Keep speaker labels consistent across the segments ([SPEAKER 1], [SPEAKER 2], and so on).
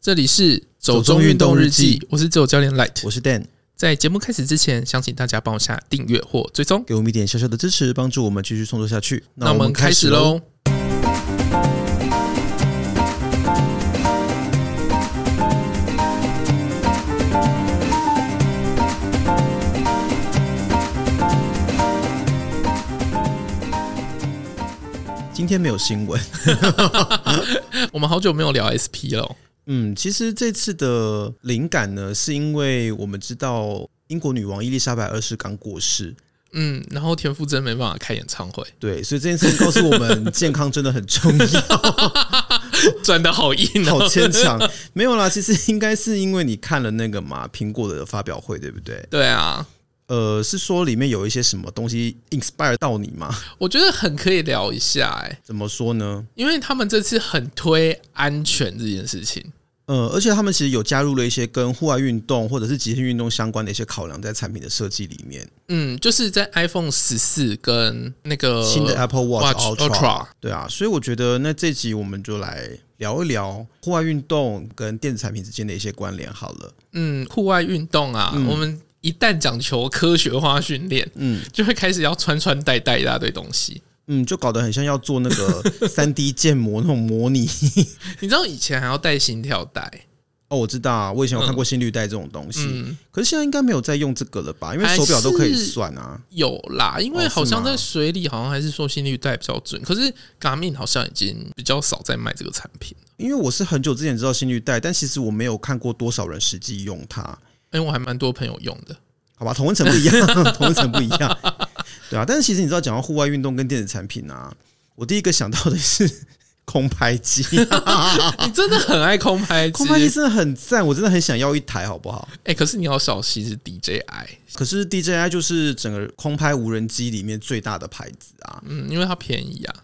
[SPEAKER 1] 这里是走
[SPEAKER 2] 中
[SPEAKER 1] 中运
[SPEAKER 2] 运动
[SPEAKER 1] 动日
[SPEAKER 2] 日记
[SPEAKER 1] 记，我是自由教练 Light。
[SPEAKER 2] 我是 Dan，
[SPEAKER 1] 在节目开始之前，想请大家帮我下订阅或追踪。
[SPEAKER 2] 给我们一点小小的支持，帮助我们继续创作下去。
[SPEAKER 1] 那我们开始。喽。
[SPEAKER 2] 今天没有新闻。
[SPEAKER 1] 我们好久没有聊 SP 了，
[SPEAKER 2] 嗯，其实这次的灵感呢，是因为我们知道英国女王伊丽莎白二世刚过世，
[SPEAKER 1] 嗯，然后田馥甄没办法开演唱会，
[SPEAKER 2] 对，所以这件事情告诉我们，健康真的很重要。
[SPEAKER 1] 转的好硬
[SPEAKER 2] 好
[SPEAKER 1] 哦。
[SPEAKER 2] 牵强， 没有啦。其实应该是因为你看了那个嘛，苹果的发表会，对不对？
[SPEAKER 1] 对啊，
[SPEAKER 2] 呃，是说里面有一些什么东西 inspire 到你吗？
[SPEAKER 1] 我觉得很可以聊一下哎、
[SPEAKER 2] 怎么说呢？
[SPEAKER 1] 因为他们这次很推安全这件事情。
[SPEAKER 2] 呃，而且他们其实有加入了一些跟户外运动或者是极限运动相关的一些考量在产品的设计里面。
[SPEAKER 1] 嗯，就是在 iPhone 十四跟那个
[SPEAKER 2] 新的 Apple Watch Ultra，,
[SPEAKER 1] 呃 Ultra
[SPEAKER 2] 对啊，所以我觉得那这集我们就来聊一聊户外运动跟电子产品之间的一些关联好了。
[SPEAKER 1] 嗯，户外运动啊，
[SPEAKER 2] 嗯
[SPEAKER 1] 我们一旦讲求科学化训练，
[SPEAKER 2] 嗯
[SPEAKER 1] 就会开始要穿穿戴戴一大堆东西。
[SPEAKER 2] 嗯，就搞得很像要做那 个三 D 建模那种模拟。
[SPEAKER 1] 你知道以前还要带心跳带，
[SPEAKER 2] 哦，我知道啊，我以前有看过心率带这种东西，
[SPEAKER 1] 嗯，
[SPEAKER 2] 可是现在应该没有在用这个了吧？因为
[SPEAKER 1] 还
[SPEAKER 2] 手表都可以
[SPEAKER 1] 是
[SPEAKER 2] 算啊。
[SPEAKER 1] 有啦，因为
[SPEAKER 2] 哦
[SPEAKER 1] 好
[SPEAKER 2] 是
[SPEAKER 1] 像
[SPEAKER 2] 吗
[SPEAKER 1] 在水里好像还是说心率带比较准，可是 Garmin 好像已经比较少在卖这个产品，
[SPEAKER 2] 因为我是很久之前知道心率带，但其实我没有看过多少人实际用它。
[SPEAKER 1] 因为哎我还蛮多朋友用的。
[SPEAKER 2] 好吧，同温层不一样， 同温层不一样，对啊。但是其实你知道，讲到户外运动跟电子产品啊，我第一个想到的是 空拍机，
[SPEAKER 1] 你真的很爱空拍机
[SPEAKER 2] 啊空，拍机真的很赞，我真的很想要一台，好不好？
[SPEAKER 1] 哎、可是你要小心是 DJI，
[SPEAKER 2] 可是 DJI 就是整个空拍无人机里面最大的牌子啊，
[SPEAKER 1] 嗯，因为它便宜啊。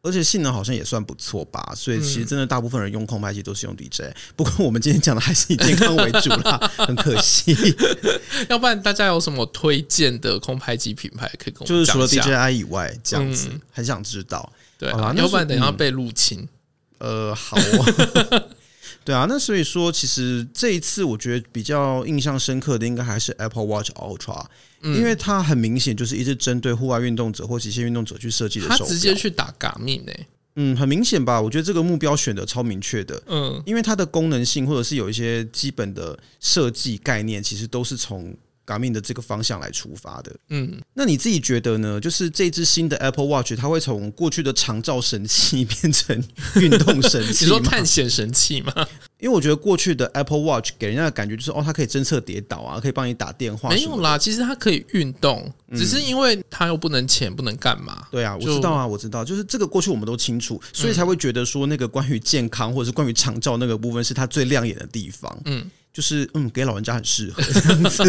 [SPEAKER 2] 而且性能好像也算不错吧，所以其实真的大部分人用空拍机都是用 DJI。不过我们今天讲的还是以健康为主 啦，很可惜，
[SPEAKER 1] 要不然大家有什么推荐的空拍机品牌可以跟我
[SPEAKER 2] 就
[SPEAKER 1] 们
[SPEAKER 2] 是
[SPEAKER 1] 讲
[SPEAKER 2] 除
[SPEAKER 1] 一
[SPEAKER 2] 了
[SPEAKER 1] 下？
[SPEAKER 2] DJI 以外，这样子、
[SPEAKER 1] 嗯
[SPEAKER 2] 很想知道。
[SPEAKER 1] 对
[SPEAKER 2] 好啦
[SPEAKER 1] 啊，
[SPEAKER 2] 那
[SPEAKER 1] 要不然
[SPEAKER 2] 是
[SPEAKER 1] 等一下
[SPEAKER 2] 嗯
[SPEAKER 1] 被入侵。
[SPEAKER 2] 呃，好、哦， 对啊，那所以说，其实这一次我觉得比较印象深刻的，应该还是 Apple Watch Ultra，、
[SPEAKER 1] 嗯
[SPEAKER 2] 因为它很明显就是一直针对户外运动者或极限运动者去设计的
[SPEAKER 1] 他
[SPEAKER 2] 手
[SPEAKER 1] 直
[SPEAKER 2] 表
[SPEAKER 1] 接去打嘎命欸呢、
[SPEAKER 2] 嗯，很明显吧？我觉得这个目标选的超明确的，
[SPEAKER 1] 嗯，
[SPEAKER 2] 因为它的功能性或者是有一些基本的设计概念，其实都是从 Garmin 的这个方向来出发的。
[SPEAKER 1] 嗯，
[SPEAKER 2] 那你自己觉得呢？就是这只新的 Apple Watch，它会从过去的长照神器 变成运动神器
[SPEAKER 1] 你说
[SPEAKER 2] 吗？
[SPEAKER 1] 探险神器吗？
[SPEAKER 2] 因为我觉得过去的 Apple Watch 给人家的感觉就是哦，它可以侦测跌倒啊，可以帮你打电话，
[SPEAKER 1] 没有。啦，其实它可以运动，
[SPEAKER 2] 嗯
[SPEAKER 1] 只是因为它又不能潜，不能干嘛。
[SPEAKER 2] 对啊，我
[SPEAKER 1] 就嗯
[SPEAKER 2] 知道啊，我知道，就是这个过去我们都清楚，所以才会觉得说那个关于健康或者是关于长照那个部分是它最亮眼的地方。
[SPEAKER 1] 嗯，
[SPEAKER 2] 就是嗯，给老人家很适合这样子，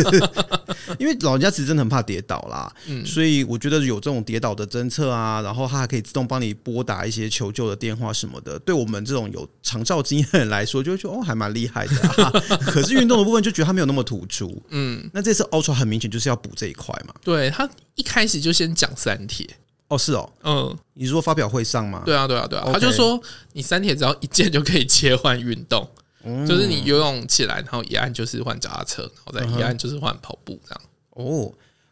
[SPEAKER 2] 因为老人家其实真的很怕跌倒啦，
[SPEAKER 1] 嗯
[SPEAKER 2] 所以我觉得有这种跌倒的侦测啊，然后它还可以自动帮你拨打一些求救的电话什么的，对我们这种有长照经验的人来说，就会觉得哦，还蛮厉害的、啊。 可是运动的部分就觉得它没有那么突出。
[SPEAKER 1] 嗯，
[SPEAKER 2] 那这次 Ultra 很明显就是要补这一块嘛。
[SPEAKER 1] 对，他一开始就先讲三铁。
[SPEAKER 2] 哦，是哦，
[SPEAKER 1] 嗯，
[SPEAKER 2] 你是说发表会上吗？
[SPEAKER 1] 对啊，对啊，对啊，他
[SPEAKER 2] OK
[SPEAKER 1] 就说你三铁只要一键就可以切换运动，
[SPEAKER 2] 嗯，
[SPEAKER 1] 就是你游泳起来，然后一按就是换脚踏车，然后再
[SPEAKER 2] 嗯
[SPEAKER 1] 一
[SPEAKER 2] 哼
[SPEAKER 1] 按就是换跑步这样。
[SPEAKER 2] 哦。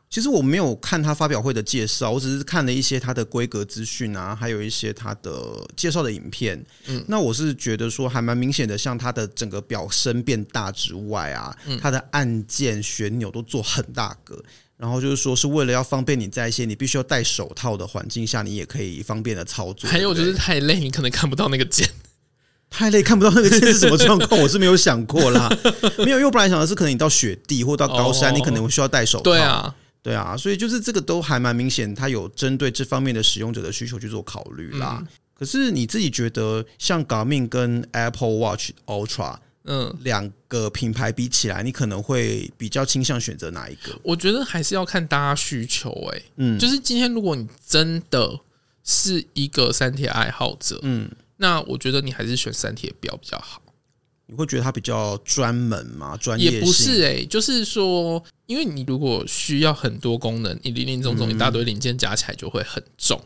[SPEAKER 2] 其实我没有看他发表会的介绍，我只是看了一些他的规格资讯啊，还有一些他的介绍的影片。嗯，那我是觉得说还蛮明显的，像它的整个表身变大之外啊，
[SPEAKER 1] 嗯
[SPEAKER 2] 它的按键旋钮都做很大个，然后就是说是为了要方便你在一些你必须要戴手套的环境下，你也可以方便的操作。
[SPEAKER 1] 还有就
[SPEAKER 2] 对不
[SPEAKER 1] 是
[SPEAKER 2] 对
[SPEAKER 1] 太累，你可能看不到那个键。
[SPEAKER 2] 太累看不到那个键是什么状况，我是没有想 过啦。没有，因为我本来想的是可能你到雪地或到高山，
[SPEAKER 1] 哦
[SPEAKER 2] 你可能会需要戴手套。
[SPEAKER 1] 对啊，
[SPEAKER 2] 对啊，所以就是这个都还蛮明显，它有针对这方面的使用者的需求去做考虑啦。
[SPEAKER 1] 嗯
[SPEAKER 2] 可是你自己觉得，像 Garmin 跟 Apple Watch Ultra
[SPEAKER 1] 嗯，
[SPEAKER 2] 两个品牌比起来，你可能会比较倾向选择哪一个？
[SPEAKER 1] 我觉得还是要看大家需求、欸。
[SPEAKER 2] 嗯，
[SPEAKER 1] 就是今天如果你真的是一个三铁爱好者，
[SPEAKER 2] 嗯，
[SPEAKER 1] 那我觉得你还是选三铁表比较好。
[SPEAKER 2] 你会觉得它比较专门吗？专业
[SPEAKER 1] 也不
[SPEAKER 2] 性
[SPEAKER 1] 是诶、就是说，因为你如果需要很多功能，你零零总总一大堆零件加起来就会很重。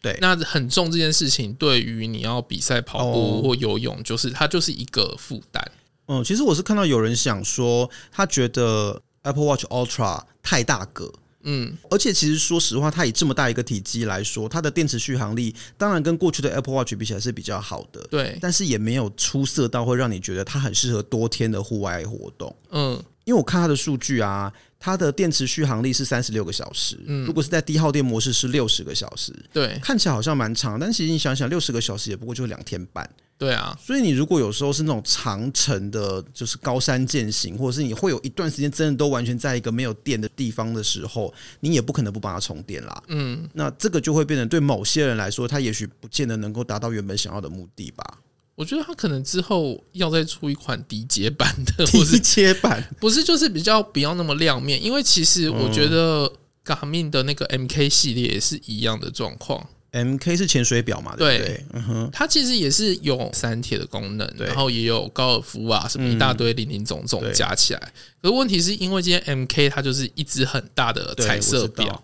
[SPEAKER 2] 对
[SPEAKER 1] 那很重这件事情，对于你要比赛、跑步
[SPEAKER 2] 哦
[SPEAKER 1] 或游泳，就是它就是一个负担。
[SPEAKER 2] 嗯，其实我是看到有人想说，他觉得 Apple Watch Ultra 太大个，
[SPEAKER 1] 嗯，
[SPEAKER 2] 而且其实说实话，它以这么大一个体积来说，它的电池续航力当然跟过去的 Apple Watch 比起来是比较好的，
[SPEAKER 1] 对，
[SPEAKER 2] 但是也没有出色到会让你觉得它很适合多天的户外活动。
[SPEAKER 1] 嗯
[SPEAKER 2] 因为我看它的数据啊，它的电池续航力是三十六个小时，
[SPEAKER 1] 嗯
[SPEAKER 2] 如果是在低耗电模式是六十个小时，
[SPEAKER 1] 对
[SPEAKER 2] 看起来好像蛮长，但其实你想想，六十个小时也不过就两天半。
[SPEAKER 1] 对啊，
[SPEAKER 2] 所以你如果有时候是那种长程的，就是高山践行，或者是你会有一段时间真的都完全在一个没有电的地方的时候，你也不可能不帮它充电啦。
[SPEAKER 1] 嗯，
[SPEAKER 2] 那这个就会变成对某些人来说，他也许不见得能够达到原本想要的目的吧。
[SPEAKER 1] 我觉得它可能之后要再出一款低阶版的，
[SPEAKER 2] 第
[SPEAKER 1] 或是
[SPEAKER 2] 一阶版，
[SPEAKER 1] 不是就是比较不要那么亮面，因为其实我觉
[SPEAKER 2] 嗯
[SPEAKER 1] 得 Garmin 的那个 MK 系列也是一样的状况，
[SPEAKER 2] M K 是潜水表嘛？对不对？嗯哼，
[SPEAKER 1] 它其实也是有三铁的功能，
[SPEAKER 2] 对嗯
[SPEAKER 1] 然后也有高尔夫啊什么一大堆零零总总
[SPEAKER 2] 对
[SPEAKER 1] 加起来。可是问题是因为今天 MK 它就是一只很大的
[SPEAKER 2] 对
[SPEAKER 1] 彩色。
[SPEAKER 2] 我知
[SPEAKER 1] 表
[SPEAKER 2] 道，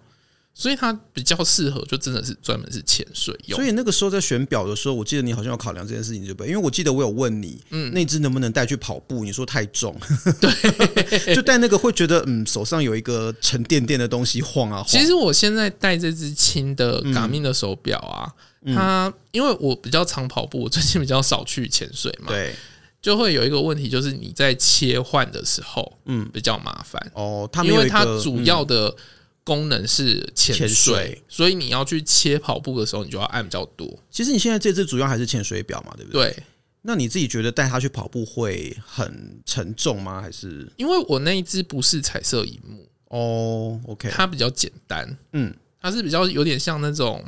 [SPEAKER 1] 所以它比较适合就真的是专门是潜水用
[SPEAKER 2] 所。以那哦个时候在选表的时候，我记得你好像有考量这件事情，对不对？因为我记得我有问你，嗯，那只能不能带去跑步？你说太重， 对，就带那个会觉得嗯，手上有一个沉甸甸的东西晃啊晃。
[SPEAKER 1] 其实我现在戴这只轻的
[SPEAKER 2] 嗯
[SPEAKER 1] Garmin 的手表啊，它因为我比较常跑步，我最近比较少去潜水嘛，
[SPEAKER 2] 对，
[SPEAKER 1] 就会有一个问题，就是你在切换的时候，嗯
[SPEAKER 2] 嗯，
[SPEAKER 1] 比较麻烦，
[SPEAKER 2] 哦，他们
[SPEAKER 1] 因
[SPEAKER 2] 有
[SPEAKER 1] 为
[SPEAKER 2] 一
[SPEAKER 1] 它
[SPEAKER 2] 个
[SPEAKER 1] 主
[SPEAKER 2] 嗯
[SPEAKER 1] 要的功能是潜水，
[SPEAKER 2] 潜水
[SPEAKER 1] 所以你要去切跑步的时候，你就要按比较多。
[SPEAKER 2] 其实你现在这只主要还是潜水表嘛，对不对？
[SPEAKER 1] 对，
[SPEAKER 2] 那你自己觉得带它去跑步会很沉重吗？还是
[SPEAKER 1] 因为我那一只不是彩色荧幕，
[SPEAKER 2] 哦，OK，
[SPEAKER 1] 它比较简单，
[SPEAKER 2] 嗯
[SPEAKER 1] 它是比较有点像那种，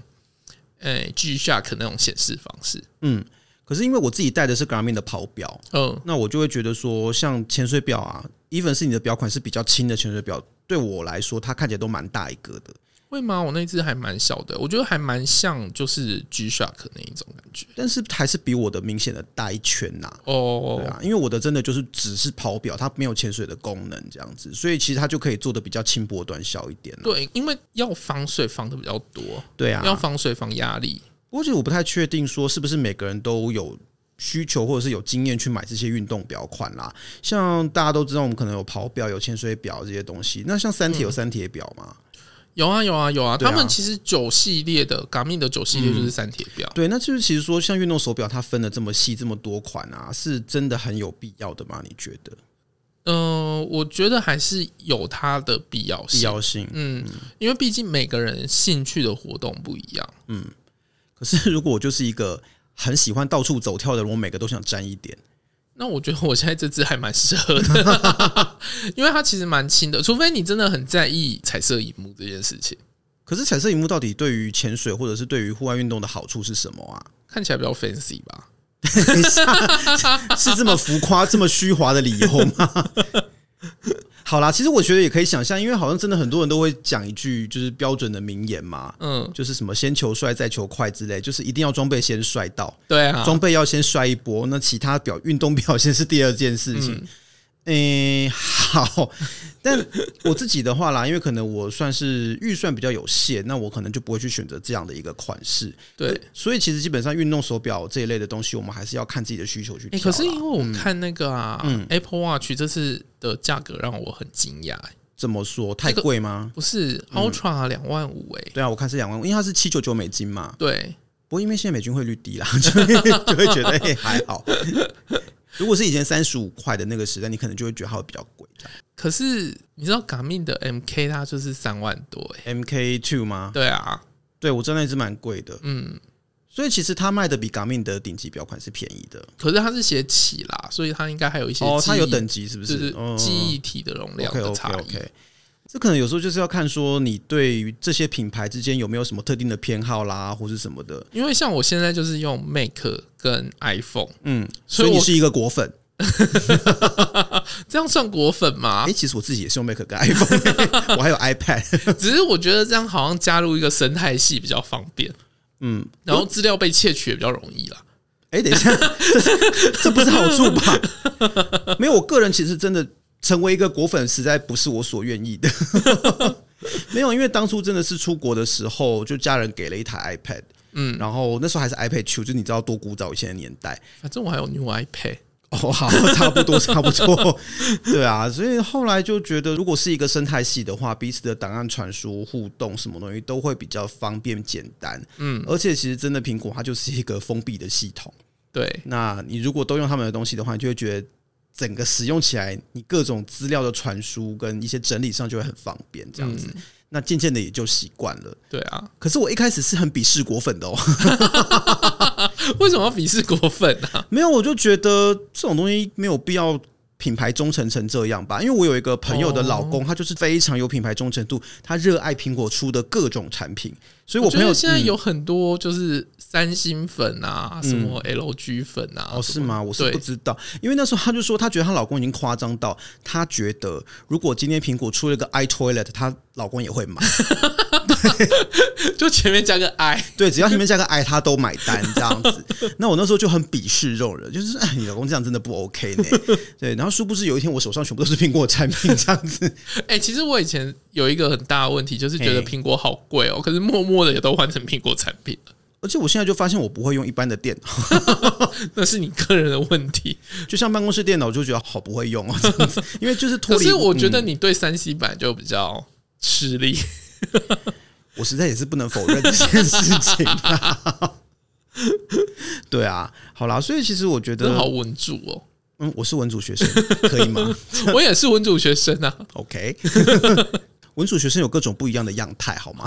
[SPEAKER 1] 诶、G Shock 那种显示方式。
[SPEAKER 2] 嗯。可是因为我自己带的是 Garmin 的跑表，
[SPEAKER 1] 嗯，
[SPEAKER 2] 那我就会觉得说，像潜水表啊，even 是你的表款是比较轻的潜水表，对我来说，它看起来都蛮大一个的。
[SPEAKER 1] 会吗？我那一只还蛮小的，我觉得还蛮像就是 G Shock 那一种感觉。
[SPEAKER 2] 但是还是比我的明显的大一圈呐、
[SPEAKER 1] 哦、
[SPEAKER 2] 对啊，因为我的真的就是只是跑表，它没有潜水的功能这样子，所以其实它就可以做的比较轻薄短小一点、啊。
[SPEAKER 1] 对，因为要防水防的比较多，
[SPEAKER 2] 对啊，
[SPEAKER 1] 要防水防压力。
[SPEAKER 2] 不过其实我不太确定说是不是每个人都有需求或者是有经验去买这些运动表款啦。像大家都知道，我们可能有跑表、有潜水表这些东西。那像三铁
[SPEAKER 1] 嗯
[SPEAKER 2] 有三铁表嘛？
[SPEAKER 1] 有啊有啊有啊，
[SPEAKER 2] 对啊
[SPEAKER 1] 他们其实九系列的 Garmin 的九系列就是三铁表，
[SPEAKER 2] 对，那就是其实说像运动手表，它分的这么细、这么多款啊，是真的很有必要的吗？你觉得
[SPEAKER 1] 嗯、我觉得还是有它的必要
[SPEAKER 2] 必
[SPEAKER 1] 性。
[SPEAKER 2] 要性？
[SPEAKER 1] 嗯，因为毕竟每个人兴趣的活动不一样，
[SPEAKER 2] 可是如果我就是一个很喜欢到处走跳的人，我每个都想沾一点。
[SPEAKER 1] 那我觉得我现在这只还蛮适合的， 因为它其实蛮轻的，除非你真的很在意彩色荧幕这件事情，
[SPEAKER 2] 可是彩色荧幕到底对于潜水或者是对于户外运动的好处是什么啊？
[SPEAKER 1] 看起来比较 fancy 吧。
[SPEAKER 2] 等一下，是这么浮夸、这么虚华的理由吗？ 好啦，其实我觉得也可以想象，因为好像真的很多人都会讲一句就是标准的名言嘛，
[SPEAKER 1] 嗯，
[SPEAKER 2] 就是什么“先求帅，再求快”之类，就是一定要装备先帅到，
[SPEAKER 1] 对啊，
[SPEAKER 2] 装备要先帅一波，那其他表运动表现是第二件事
[SPEAKER 1] 嗯
[SPEAKER 2] 情。 诶、好，但我自己的话啦，因为可能我算是预算比较有限，那我可能就不会去选择这样的一个款式。
[SPEAKER 1] 对。
[SPEAKER 2] 所以其实基本上运动手表这一类的东西，我们还是要看自己的需求去
[SPEAKER 1] 哎、
[SPEAKER 2] 挑啦、
[SPEAKER 1] 可是因为我看那个啊、a p p l e Watch 这次的价格让我很惊讶、欸
[SPEAKER 2] 这么说太贵吗？
[SPEAKER 1] 不是 Ultra 两万五哎、
[SPEAKER 2] 对啊，我看是两万，因为它是七九九美金嘛。
[SPEAKER 1] 对，
[SPEAKER 2] 不过因为现在美金汇率低啦， 就会就会觉得哎、还好。如果是以前三十五块的那个时代，你可能就会觉得它会比较贵。
[SPEAKER 1] 可是你知道 Garmin 的 MK 它就是三万多哎、
[SPEAKER 2] M K Two 吗？
[SPEAKER 1] 对啊，
[SPEAKER 2] 对，我知道那只蛮贵的。
[SPEAKER 1] 嗯，
[SPEAKER 2] 所以其实它卖的比 Garmin 的顶级表款是便宜的。
[SPEAKER 1] 可是它是写起啦，所以它应该还有一些
[SPEAKER 2] 哦，
[SPEAKER 1] 记忆
[SPEAKER 2] 它有等级是不
[SPEAKER 1] 就是
[SPEAKER 2] 是？哦
[SPEAKER 1] 记忆体的容量
[SPEAKER 2] OK
[SPEAKER 1] 的
[SPEAKER 2] OK
[SPEAKER 1] 差异。
[SPEAKER 2] OK，这可能有时候就是要看说你对于这些品牌之间有没有什么特定的偏好啦，或是什么的。
[SPEAKER 1] 因为像我现在就是用 Mac 跟 iPhone，
[SPEAKER 2] 嗯，
[SPEAKER 1] 所以
[SPEAKER 2] 所以你
[SPEAKER 1] 我啊
[SPEAKER 2] 是一个果粉。
[SPEAKER 1] 这样算果粉吗
[SPEAKER 2] 哎、？其实我自己也是用 Mac 跟 iPhone，我还有 iPad。
[SPEAKER 1] 只是我觉得这样好像加入一个生态系比较方便，
[SPEAKER 2] 嗯，
[SPEAKER 1] 然后资料被窃取也比较容易啦。
[SPEAKER 2] 哎、等一下， 这这不是好处吧？没有，我个人其实真的成为一个果粉，实在不是我所愿意的。 没有，因为当初真的是出国的时候，就家人给了一台 iPad，
[SPEAKER 1] 嗯，
[SPEAKER 2] 然后那时候还是 iPad Two，就你知道多古早以前的年代。
[SPEAKER 1] 反正我还有 New iPad，
[SPEAKER 2] 哦，好，差不多，差不多， 对啊，所以后来就觉得，如果是一个生态系的话，彼此的档案传输、互动什么东西都会比较方便简单。嗯，而且其实真的苹果它就是一个封闭的系统，
[SPEAKER 1] 对，
[SPEAKER 2] 那你如果都用他们的东西的话，你就会觉得整个使用起来，你各种资料的传输跟一些整理上就会很方便，这样子。
[SPEAKER 1] 嗯
[SPEAKER 2] 那渐渐的也就习惯了。
[SPEAKER 1] 对啊，
[SPEAKER 2] 可是我一开始是很鄙视果粉的哦，
[SPEAKER 1] 为什么要鄙视果粉啊？
[SPEAKER 2] 没有，我就觉得这种东西没有必要品牌忠诚成这样吧。因为我有一个朋友的老
[SPEAKER 1] 哦
[SPEAKER 2] 公，他就是非常有品牌忠诚度，他热爱苹果出的各种产品，所以
[SPEAKER 1] 我
[SPEAKER 2] 朋友
[SPEAKER 1] 觉得现在
[SPEAKER 2] 嗯
[SPEAKER 1] 有很多就是三星粉啊，什么 LG 粉啊，
[SPEAKER 2] 嗯哦，
[SPEAKER 1] 什
[SPEAKER 2] 是
[SPEAKER 1] 么
[SPEAKER 2] 吗？我是
[SPEAKER 1] 对
[SPEAKER 2] 不知道，因为那时候她就说，她觉得她老公已经夸张到，她觉得如果今天苹果出了个 iToilet，她老公也会买。
[SPEAKER 1] 就前面加个 i，
[SPEAKER 2] 对，只要前面加个 i，她都买单这样子。那我那时候就很鄙视这种人，就是哎，你老公这样真的不 OK 呢。对，然后殊不知有一天我手上全部都是苹果产品这样子。
[SPEAKER 1] 哎、其实我以前有一个很大的问题，就是觉得
[SPEAKER 2] 嘿
[SPEAKER 1] 苹果好贵哦，可是默默的也都换成苹果产品了，
[SPEAKER 2] 而且我现在就发现我不会用一般的电脑，
[SPEAKER 1] 那是你个人的问题。
[SPEAKER 2] 就像办公室电脑，我就觉得好不会用哦，这样子，因为就是脱
[SPEAKER 1] 可
[SPEAKER 2] 离。
[SPEAKER 1] 是我觉得
[SPEAKER 2] 嗯
[SPEAKER 1] 你对三 C 版就比较吃力，
[SPEAKER 2] 我实在也是不能否认这件事情、啊。 对啊，好啦，所以其实我觉
[SPEAKER 1] 真好
[SPEAKER 2] 得，
[SPEAKER 1] 稳住哦。
[SPEAKER 2] 嗯，我是文组学生，可以吗
[SPEAKER 1] 我也是文组学生啊，
[SPEAKER 2] ？OK，文组学生有各种不一样的样态，好吗？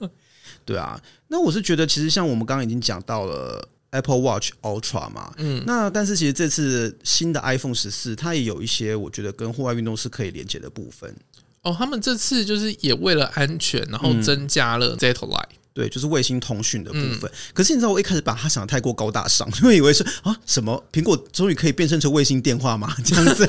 [SPEAKER 2] 对啊，那我是觉得，其实像我们刚刚已经讲到了 Apple Watch Ultra 嘛，嗯，那但是其实这次新的 iPhone 十四，它也有一些我觉得跟户外运动是可以连接的部分。
[SPEAKER 1] 哦，他们这次就是也为了安全，然
[SPEAKER 2] 嗯
[SPEAKER 1] 后增加了 Zetline。
[SPEAKER 2] 对，就是卫星通讯的部分。可是你知道，我一开始把它想得太过高大上，因为以为是啊，什么苹果终于可以变身成卫星电话嘛， 这样子、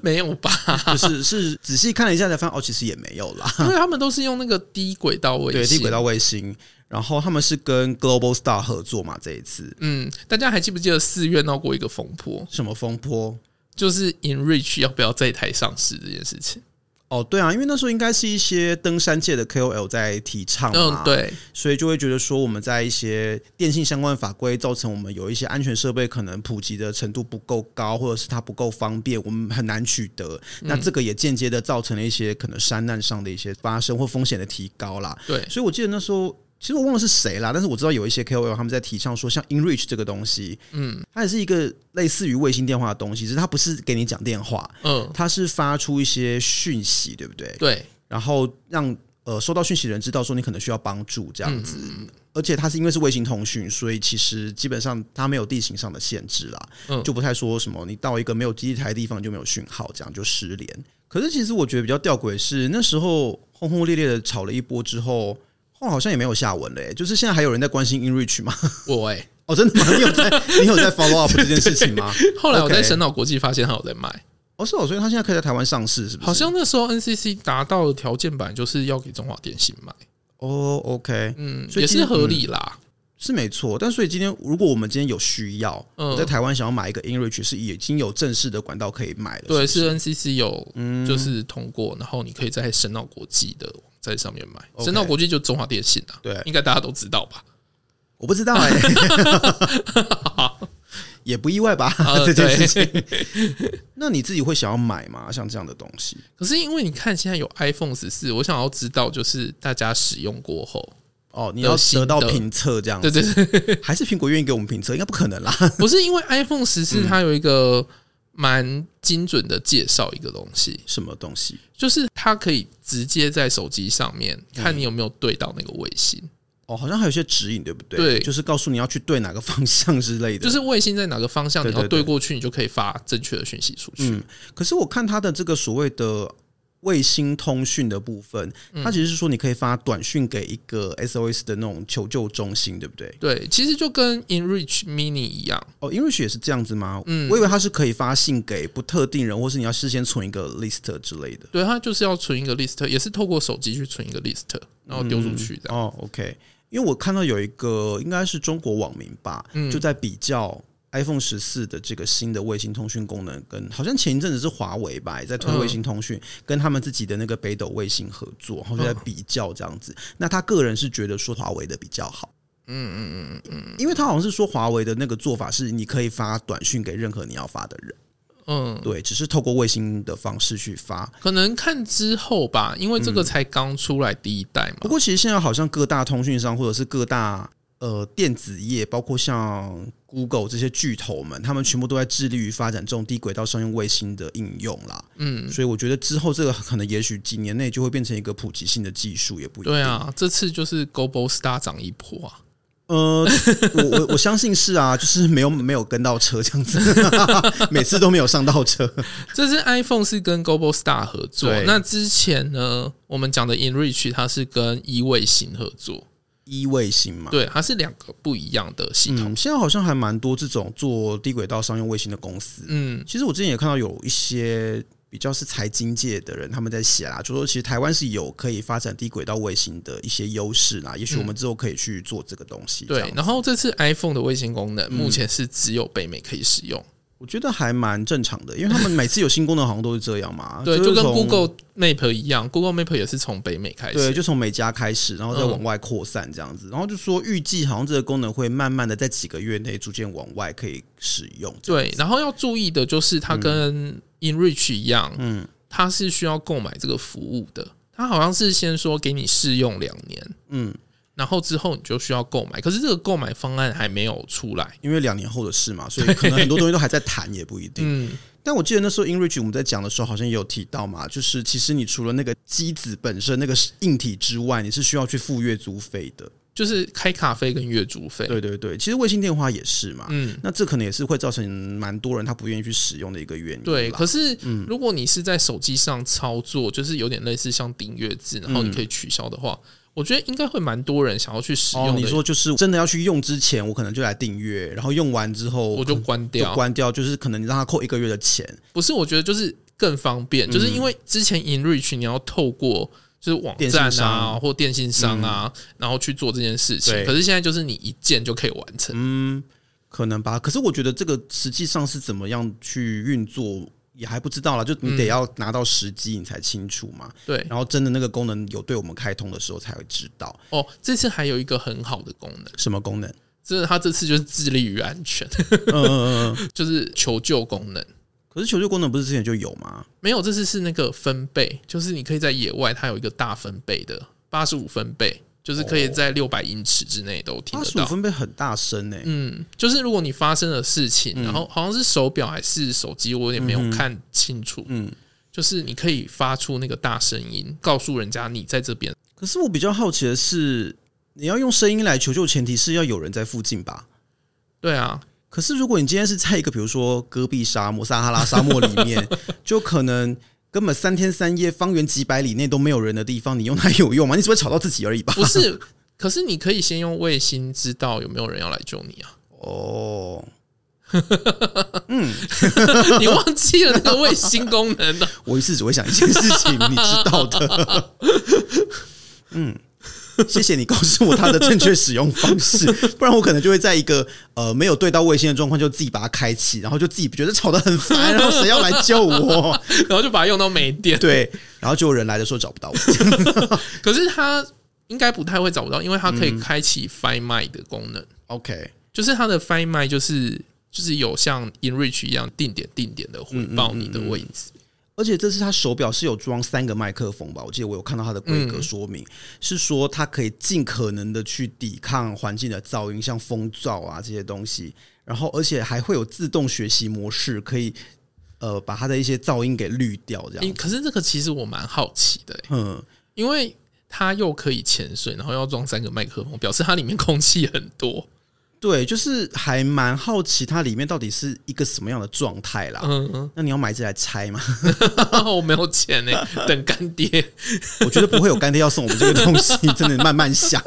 [SPEAKER 1] 没有吧？
[SPEAKER 2] 就是是仔细看了一下才发现，哦，其实也没有 啦。
[SPEAKER 1] 因为他们都是用那个低轨道卫星，
[SPEAKER 2] 对，低轨道卫星，然后他们是跟 Global Star 合作嘛，这一次
[SPEAKER 1] 嗯，大家还记不记得四月闹过一个风波，
[SPEAKER 2] 什么风波？
[SPEAKER 1] 就是 InReach 要不要在台上市这件事情？
[SPEAKER 2] 哦，对啊，因为那时候应该是一些登山界的 KOL 在提倡嘛，
[SPEAKER 1] 嗯，，对，
[SPEAKER 2] 所以就会觉得说我们在一些电信相关的法规造成我们有一些安全设备可能普及的程度不够高，或者是它不够方便，我们很难取得。那这个也间接的造成了一些可能山难上的一些发生或风险的提高啦。
[SPEAKER 1] 对
[SPEAKER 2] 所以我记得那时候。其实我忘了是谁啦，但是我知道有一些 KOL 他们在提倡说，像 InReach 这个东西，嗯，它也是一个类似于卫星电话的东西，只是它不是给你讲电话，
[SPEAKER 1] 嗯，
[SPEAKER 2] 它是发出一些讯息，对不对？
[SPEAKER 1] 对，
[SPEAKER 2] 然后让呃收到讯息的人知道说你可能需要帮助这样子。
[SPEAKER 1] 嗯
[SPEAKER 2] 而且它是因为是卫星通讯，所以其实基本上它没有地形上的限制啦，
[SPEAKER 1] 嗯
[SPEAKER 2] 就不太说什么你到一个没有基地台的地方就没有讯号，这样就失联。可是其实我觉得比较吊诡的是那时候轰轰烈烈的吵了一波之后，后来好像也没有下文嘞、就是现在还有人在关心 InReach 吗？
[SPEAKER 1] 我哎、
[SPEAKER 2] 哦，真的吗？你有在你有在 follow up 这件事情 吗？
[SPEAKER 1] 后来我在
[SPEAKER 2] OK
[SPEAKER 1] 神脑国际发现他有在卖，
[SPEAKER 2] 哦，是哦，所以他现在可以在台湾上市，是不是？
[SPEAKER 1] 好像那时候 NCC 达到的条件版就是要给中华电信买，
[SPEAKER 2] 哦，OK，
[SPEAKER 1] 嗯，
[SPEAKER 2] 所以嗯
[SPEAKER 1] 也
[SPEAKER 2] 今
[SPEAKER 1] 是
[SPEAKER 2] 天
[SPEAKER 1] 合理啦，
[SPEAKER 2] 是没错，但所以今天如果我们今天有需要，
[SPEAKER 1] 嗯
[SPEAKER 2] 我在台湾想要买一个 InReach 是已经有正式的管道可以买的，
[SPEAKER 1] 对，
[SPEAKER 2] 是不是嗯
[SPEAKER 1] 是 NCC 有就是通过，然后你可以在神脑国际的网站上面买，
[SPEAKER 2] OK
[SPEAKER 1] 神脑国际就中华电信啊，
[SPEAKER 2] 对
[SPEAKER 1] 应该大家都知道吧？
[SPEAKER 2] 我不知 道哎、也不意外吧、
[SPEAKER 1] 呃
[SPEAKER 2] 这件事情。那你自己会想要买吗？像这样的东西，
[SPEAKER 1] 可是因为你看现在有 iPhone 十四，我想要知道就是大家使用过后，
[SPEAKER 2] 哦，你要得到评测这样
[SPEAKER 1] 对
[SPEAKER 2] 子，
[SPEAKER 1] 对对，
[SPEAKER 2] 还是苹果愿意给我们评测？应该不可能啦。
[SPEAKER 1] 不是因为 iPhone 十
[SPEAKER 2] 嗯
[SPEAKER 1] 四它有一个蛮精准的介绍一个东西，
[SPEAKER 2] 什么东西？
[SPEAKER 1] 就是它可以直接在手机上面
[SPEAKER 2] 嗯
[SPEAKER 1] 看你有没有对到那个卫星，
[SPEAKER 2] 哦，好像还有一些指引，对不对？
[SPEAKER 1] 对
[SPEAKER 2] 就是告诉你要去对哪个方向之类的。
[SPEAKER 1] 就是卫星在哪个方向
[SPEAKER 2] 对
[SPEAKER 1] 你要
[SPEAKER 2] 对对
[SPEAKER 1] 对过去，你就可以发正确的讯息出去。
[SPEAKER 2] 嗯，可是我看它的这个所谓的卫星通讯的部分，它其实是说你可以发短讯给一个 SOS 的那种求救中心，对不对？
[SPEAKER 1] 对，其实就跟 InReach Mini 一样，
[SPEAKER 2] 哦，英瑞雪也是这样子吗？
[SPEAKER 1] 嗯
[SPEAKER 2] 我以为它是可以发信给不特定人，或是你要事先存一个 list 之类的。
[SPEAKER 1] 对，它就是要存一个 list，也是透过手机去存一个 list，然后丢出去的。
[SPEAKER 2] 哦，OK，因为我看到有一个应该是中国网民吧，就在比较。iPhone 十四的这个新的卫星通讯功能，跟好像前一阵子是华为吧，也在推卫星通讯，跟他们自己的那个北斗卫星合作，然后就在比较这样子。那他个人是觉得说华为的比较好，嗯嗯嗯嗯，因为他好像是说华为的那个做法是，你可以发短讯给任何你要发的人，
[SPEAKER 1] 嗯，
[SPEAKER 2] 对，只是透过卫星的方式去发。
[SPEAKER 1] 可能看之后吧，因为这个才刚出来第一代
[SPEAKER 2] 嗯不
[SPEAKER 1] 嘛。
[SPEAKER 2] 过其实现在好像各大通讯商或者是各大呃电子业，包括像 Google 这些巨头们，他们全部都在致力于发展这种低轨道商用卫星的应用啦。
[SPEAKER 1] 嗯，
[SPEAKER 2] 所以我觉得之后这个可能也许几年内就会变成一个普及性的技术，也不一定。
[SPEAKER 1] 对啊，这次就是 Global Star 涨一波啊。
[SPEAKER 2] 呃，我我 我相信是啊，就是没有没有跟到车这样子， 每次都没有上到 车。
[SPEAKER 1] 这次 iPhone 是跟 Global Star 合作
[SPEAKER 2] 对，
[SPEAKER 1] 那之前呢，我们讲的 InReach 它是跟一卫星合作，
[SPEAKER 2] 一 E 卫星嘛，
[SPEAKER 1] 对，它是两个不一样的系统。
[SPEAKER 2] 嗯，现在好像还蛮多这种做低轨道商用卫星的公司。
[SPEAKER 1] 嗯
[SPEAKER 2] 其实我之前也看到有一些比较是财经界的人他们在写啦，就说其实台湾是有可以发展低轨道卫星的一些优势啦，也许我们之后可以去做这个东西。这
[SPEAKER 1] 对
[SPEAKER 2] 样，嗯
[SPEAKER 1] 然后这次 iPhone 的卫星功能目前是只有北美可以使用，
[SPEAKER 2] 我觉得还蛮正常的，因为他们每次有新功能好像都是啊这样 嘛，
[SPEAKER 1] 对，
[SPEAKER 2] 是
[SPEAKER 1] 就跟
[SPEAKER 2] 从
[SPEAKER 1] Google Map 一样，Google Map 也是从北美开
[SPEAKER 2] 对，
[SPEAKER 1] 始。
[SPEAKER 2] 就从美加开始，然后再
[SPEAKER 1] 嗯
[SPEAKER 2] 往外扩散这样子，然后就说预计好像这个功能会慢慢的在几个月内逐渐往外可以使用。
[SPEAKER 1] 对，然后要注意的就是
[SPEAKER 2] 嗯
[SPEAKER 1] 它跟 InReach 一样，嗯，它是需要购买这个服务的。它好像是先说给你试用两年，
[SPEAKER 2] 嗯，
[SPEAKER 1] 然后之后你就需要购买，可是这个购买方案还没有出来。
[SPEAKER 2] 因为两年后的事 嘛，所以可能很多东西都还在谈，也不一定。
[SPEAKER 1] 嗯，
[SPEAKER 2] 但我记得那时候 InReach 我们在讲的时候，好像也有提到嘛，就是其实你除了那个机子本身那个硬体之外，你是需要去付月租费的。
[SPEAKER 1] 就是开卡费跟月租费。
[SPEAKER 2] 对对对，其实卫星电话也是嘛。
[SPEAKER 1] 嗯，
[SPEAKER 2] 那这可能也是会造成蛮多人他不愿意去使用的一个原因啦。
[SPEAKER 1] 对，可是
[SPEAKER 2] 嗯
[SPEAKER 1] 如果你是在手机上操作，就是有点类似像订阅制，然
[SPEAKER 2] 嗯
[SPEAKER 1] 后你可以取消的话，我觉得应该会蛮多人想要去使
[SPEAKER 2] 哦，
[SPEAKER 1] 用
[SPEAKER 2] 你
[SPEAKER 1] 的。
[SPEAKER 2] 说就是真的要去用之前，我可能就来订阅，然后用完之后
[SPEAKER 1] 我就关
[SPEAKER 2] 就
[SPEAKER 1] 掉，
[SPEAKER 2] 关掉，就是可能你让他扣一个月的钱。
[SPEAKER 1] 不是，我觉得就是更方便，
[SPEAKER 2] 嗯
[SPEAKER 1] 就是因为之前 InReach 你要透过就是网
[SPEAKER 2] 电
[SPEAKER 1] 站
[SPEAKER 2] 信
[SPEAKER 1] 啊
[SPEAKER 2] 商嗯
[SPEAKER 1] 或电信商啊，然后去做这件事情
[SPEAKER 2] 对，
[SPEAKER 1] 可是现在就是你一键就可以完成。
[SPEAKER 2] 嗯，可能吧。可是我觉得这个实际上是怎么样去运作，也还不知道啦。就
[SPEAKER 1] 嗯
[SPEAKER 2] 你得要拿到时机，你才清楚嘛。
[SPEAKER 1] 对
[SPEAKER 2] 然后真的那个功能有对我们开通的时候，才会知道
[SPEAKER 1] 哦，这次还有一个很好的功能，
[SPEAKER 2] 什么功能。
[SPEAKER 1] 就是它这次就是致力于安全，
[SPEAKER 2] 嗯嗯嗯嗯。
[SPEAKER 1] 就是求救功能。
[SPEAKER 2] 可是求救功能不是之前就有吗？
[SPEAKER 1] 没有，这次是那个分贝，就是你可以在野外，它有一个大分贝的八十五分贝，就是可以在六百英尺之内都听
[SPEAKER 2] 哦八
[SPEAKER 1] 得
[SPEAKER 2] 十五
[SPEAKER 1] 到。
[SPEAKER 2] 分贝很大声呢、欸
[SPEAKER 1] 嗯，就是如果你发生了事
[SPEAKER 2] 嗯
[SPEAKER 1] 情，然后好像是手表还是手机，我也没有看清楚。
[SPEAKER 2] 嗯
[SPEAKER 1] 就是你可以发出那个大声音，告诉人家你在这边。
[SPEAKER 2] 可是我比较好奇的是，你要用声音来求救，前提是要有人在附近吧？
[SPEAKER 1] 对 啊，
[SPEAKER 2] 可是如果你今天是在一个比如说戈壁沙漠、撒哈拉沙漠里面，就可能根本三天三夜、方圆几百里内都没有人的地方，你用它有用吗？你只会吵到自己而已吧？
[SPEAKER 1] 不是，可是你可以先用卫星知道有没有人要来救你啊！
[SPEAKER 2] 哦，
[SPEAKER 1] 你忘记了那个卫星功能啊的，
[SPEAKER 2] 我一次只会想一件事情，你知道的。嗯，谢谢你告诉我它的正确使用方式，不然我可能就会在一个呃没有对到卫星的状况，就自己把它开启，然后就自己觉得吵得很烦，然后谁要来救我？
[SPEAKER 1] 然后就把它用到没电。
[SPEAKER 2] 对，然后就有人来的时候找不到我。
[SPEAKER 1] 可是它应该不太会找不到，因为它可以
[SPEAKER 2] 嗯
[SPEAKER 1] 开启 Find My 的功能，
[SPEAKER 2] OK，
[SPEAKER 1] 就是它的 Find My 就是就是有像 InReach 一样定点定点的回报你
[SPEAKER 2] 嗯
[SPEAKER 1] 的位置。
[SPEAKER 2] 而且这次它手表是有装三个麦克风吧？我记得我有看到它的规
[SPEAKER 1] 嗯
[SPEAKER 2] 格说明，是说它可以尽可能的去抵抗环境的噪音，像风噪啊这些东西。然后，而且还会有自动学习模式，可以呃把它的一些噪音给滤掉，这
[SPEAKER 1] 诶
[SPEAKER 2] 样。
[SPEAKER 1] 可是这个其实我蛮好奇的、诶
[SPEAKER 2] 嗯，
[SPEAKER 1] 因为它又可以潜水，然后要装三个麦克风，表示它里面空气很多。
[SPEAKER 2] 对，就是还蛮好奇它里面到底是一个什么样的状态啦。
[SPEAKER 1] 嗯，嗯
[SPEAKER 2] 那你要买这来拆吗？
[SPEAKER 1] 我没有钱呢、等干爹。
[SPEAKER 2] 我觉得不会有干爹要送我们这个东 西，真的慢慢想。